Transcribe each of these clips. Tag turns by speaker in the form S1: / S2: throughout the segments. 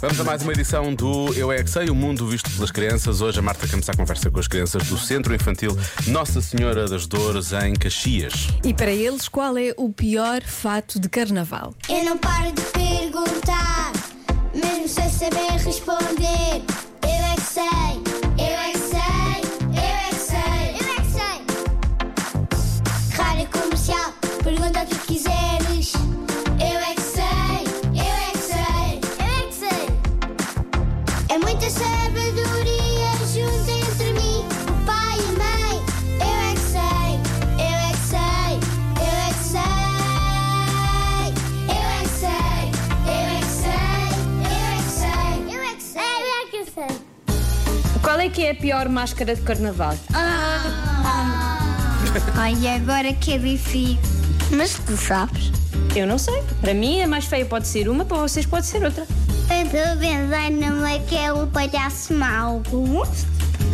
S1: Vamos a mais uma edição do Eu É Que Sei, o mundo visto pelas crianças. Hoje a Marta Campos a conversa com as crianças do Centro Infantil Nossa Senhora das Dores, em Caxias.
S2: E para eles, qual é o pior fato de carnaval?
S3: Eu não paro de perguntar, mesmo sem saber responder. Eu é que sei, eu é que sei, eu é que sei, eu é que sei. Rádio comercial, pergunta o que quiseres. Eu é que sei, eu é que sei, eu é que sei. É muita sabedoria junto entre mim, o pai e a mãe. Eu é que sei, eu é que sei, eu é que sei. Eu é que sei, eu é que sei, eu é que sei, eu é que sei, eu é que sei.
S4: Qual é que é a pior máscara de carnaval?
S3: Ai, agora que é difícil. Mas tu sabes?
S4: Eu não sei. Para mim, a mais feia pode ser uma, para vocês pode ser outra.
S3: Eu tô pensando naquele é palhaço mau.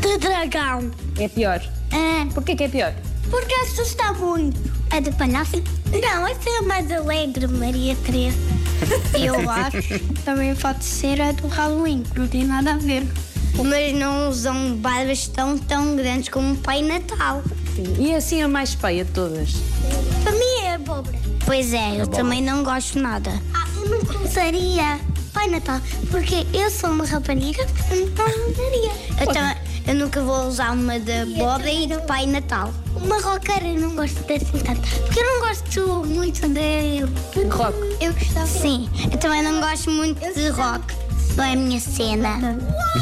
S3: De dragão.
S4: É pior. Porquê que é pior?
S3: Porque assusta muito. A do palhaço? Não, essa é a mais alegre, Maria Teresa. Eu acho. Também pode ser a do Halloween, que não tem nada a ver. Mas não usam barbas tão, tão grandes como o Pai Natal.
S4: E assim a mais feia de todas.
S3: Para mim é abóbora. Pois é, eu também não gosto nada. Ah, eu não usaria Pai Natal, porque eu sou uma rapariga, então não usaria. Eu, também, eu nunca vou usar uma de abóbora e de Pai Natal. Uma roqueira eu não gosto de assim tanto, porque eu não gosto muito de...
S4: Rock.
S3: Eu gostava. Sim, eu também não gosto muito de rock. Não é a minha cena.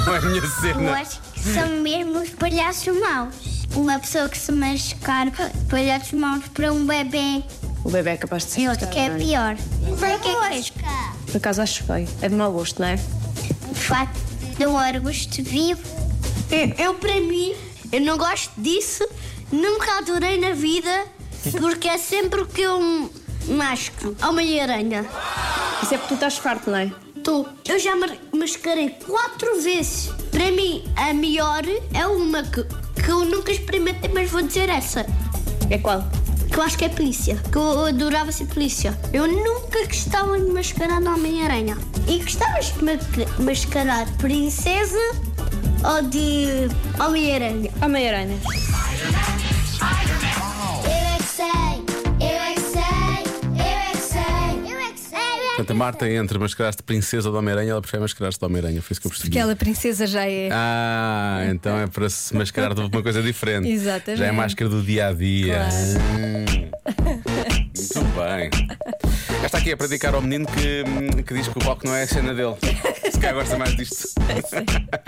S1: Não é a minha
S3: Eu
S1: cena.
S3: acho que são mesmo os palhaços maus. Uma pessoa que se machucar, palhaços maus para um bebê.
S4: O bebê é capaz de ser.
S3: Eu acho que é pior. Para que é que
S4: Por acaso acho feio. É de mau gosto, não é?
S3: O facto de um arbusto vivo. Eu, para mim, eu não gosto disso. Nunca adorei na vida, porque é sempre que eu masco a uma aranha.
S4: Isso é porque tu estás farto, não é?
S3: Tô. Eu já mar- mascarei quatro vezes. Para mim, a melhor é uma que, que eu nunca experimentei, mas vou dizer essa.
S4: É qual?
S3: Que eu acho que é polícia. Que eu eu adorava ser polícia. Eu nunca gostava de mascarar de Homem-Aranha. E gostavas de ma- mascarar de princesa ou de Homem-Aranha?
S4: Homem-Aranha.
S3: Eu é que sei, eu é que sei, eu é que sei, eu é que sei.
S1: Portanto, a Marta entre mascarar-te de princesa do Homem-Aranha, ela prefere mascarar-se de Homem-Aranha, foi isso que eu percebi.
S2: Aquela princesa já é.
S1: Hum. Ah, então é para se mascarar de uma coisa diferente.
S2: Exatamente.
S1: Já é máscara do dia a dia.
S2: Claro.
S1: Muito bem. Esta aqui é para dedicar ao menino que, que diz que o rock não é a cena dele. Se calhar gosta mais disto.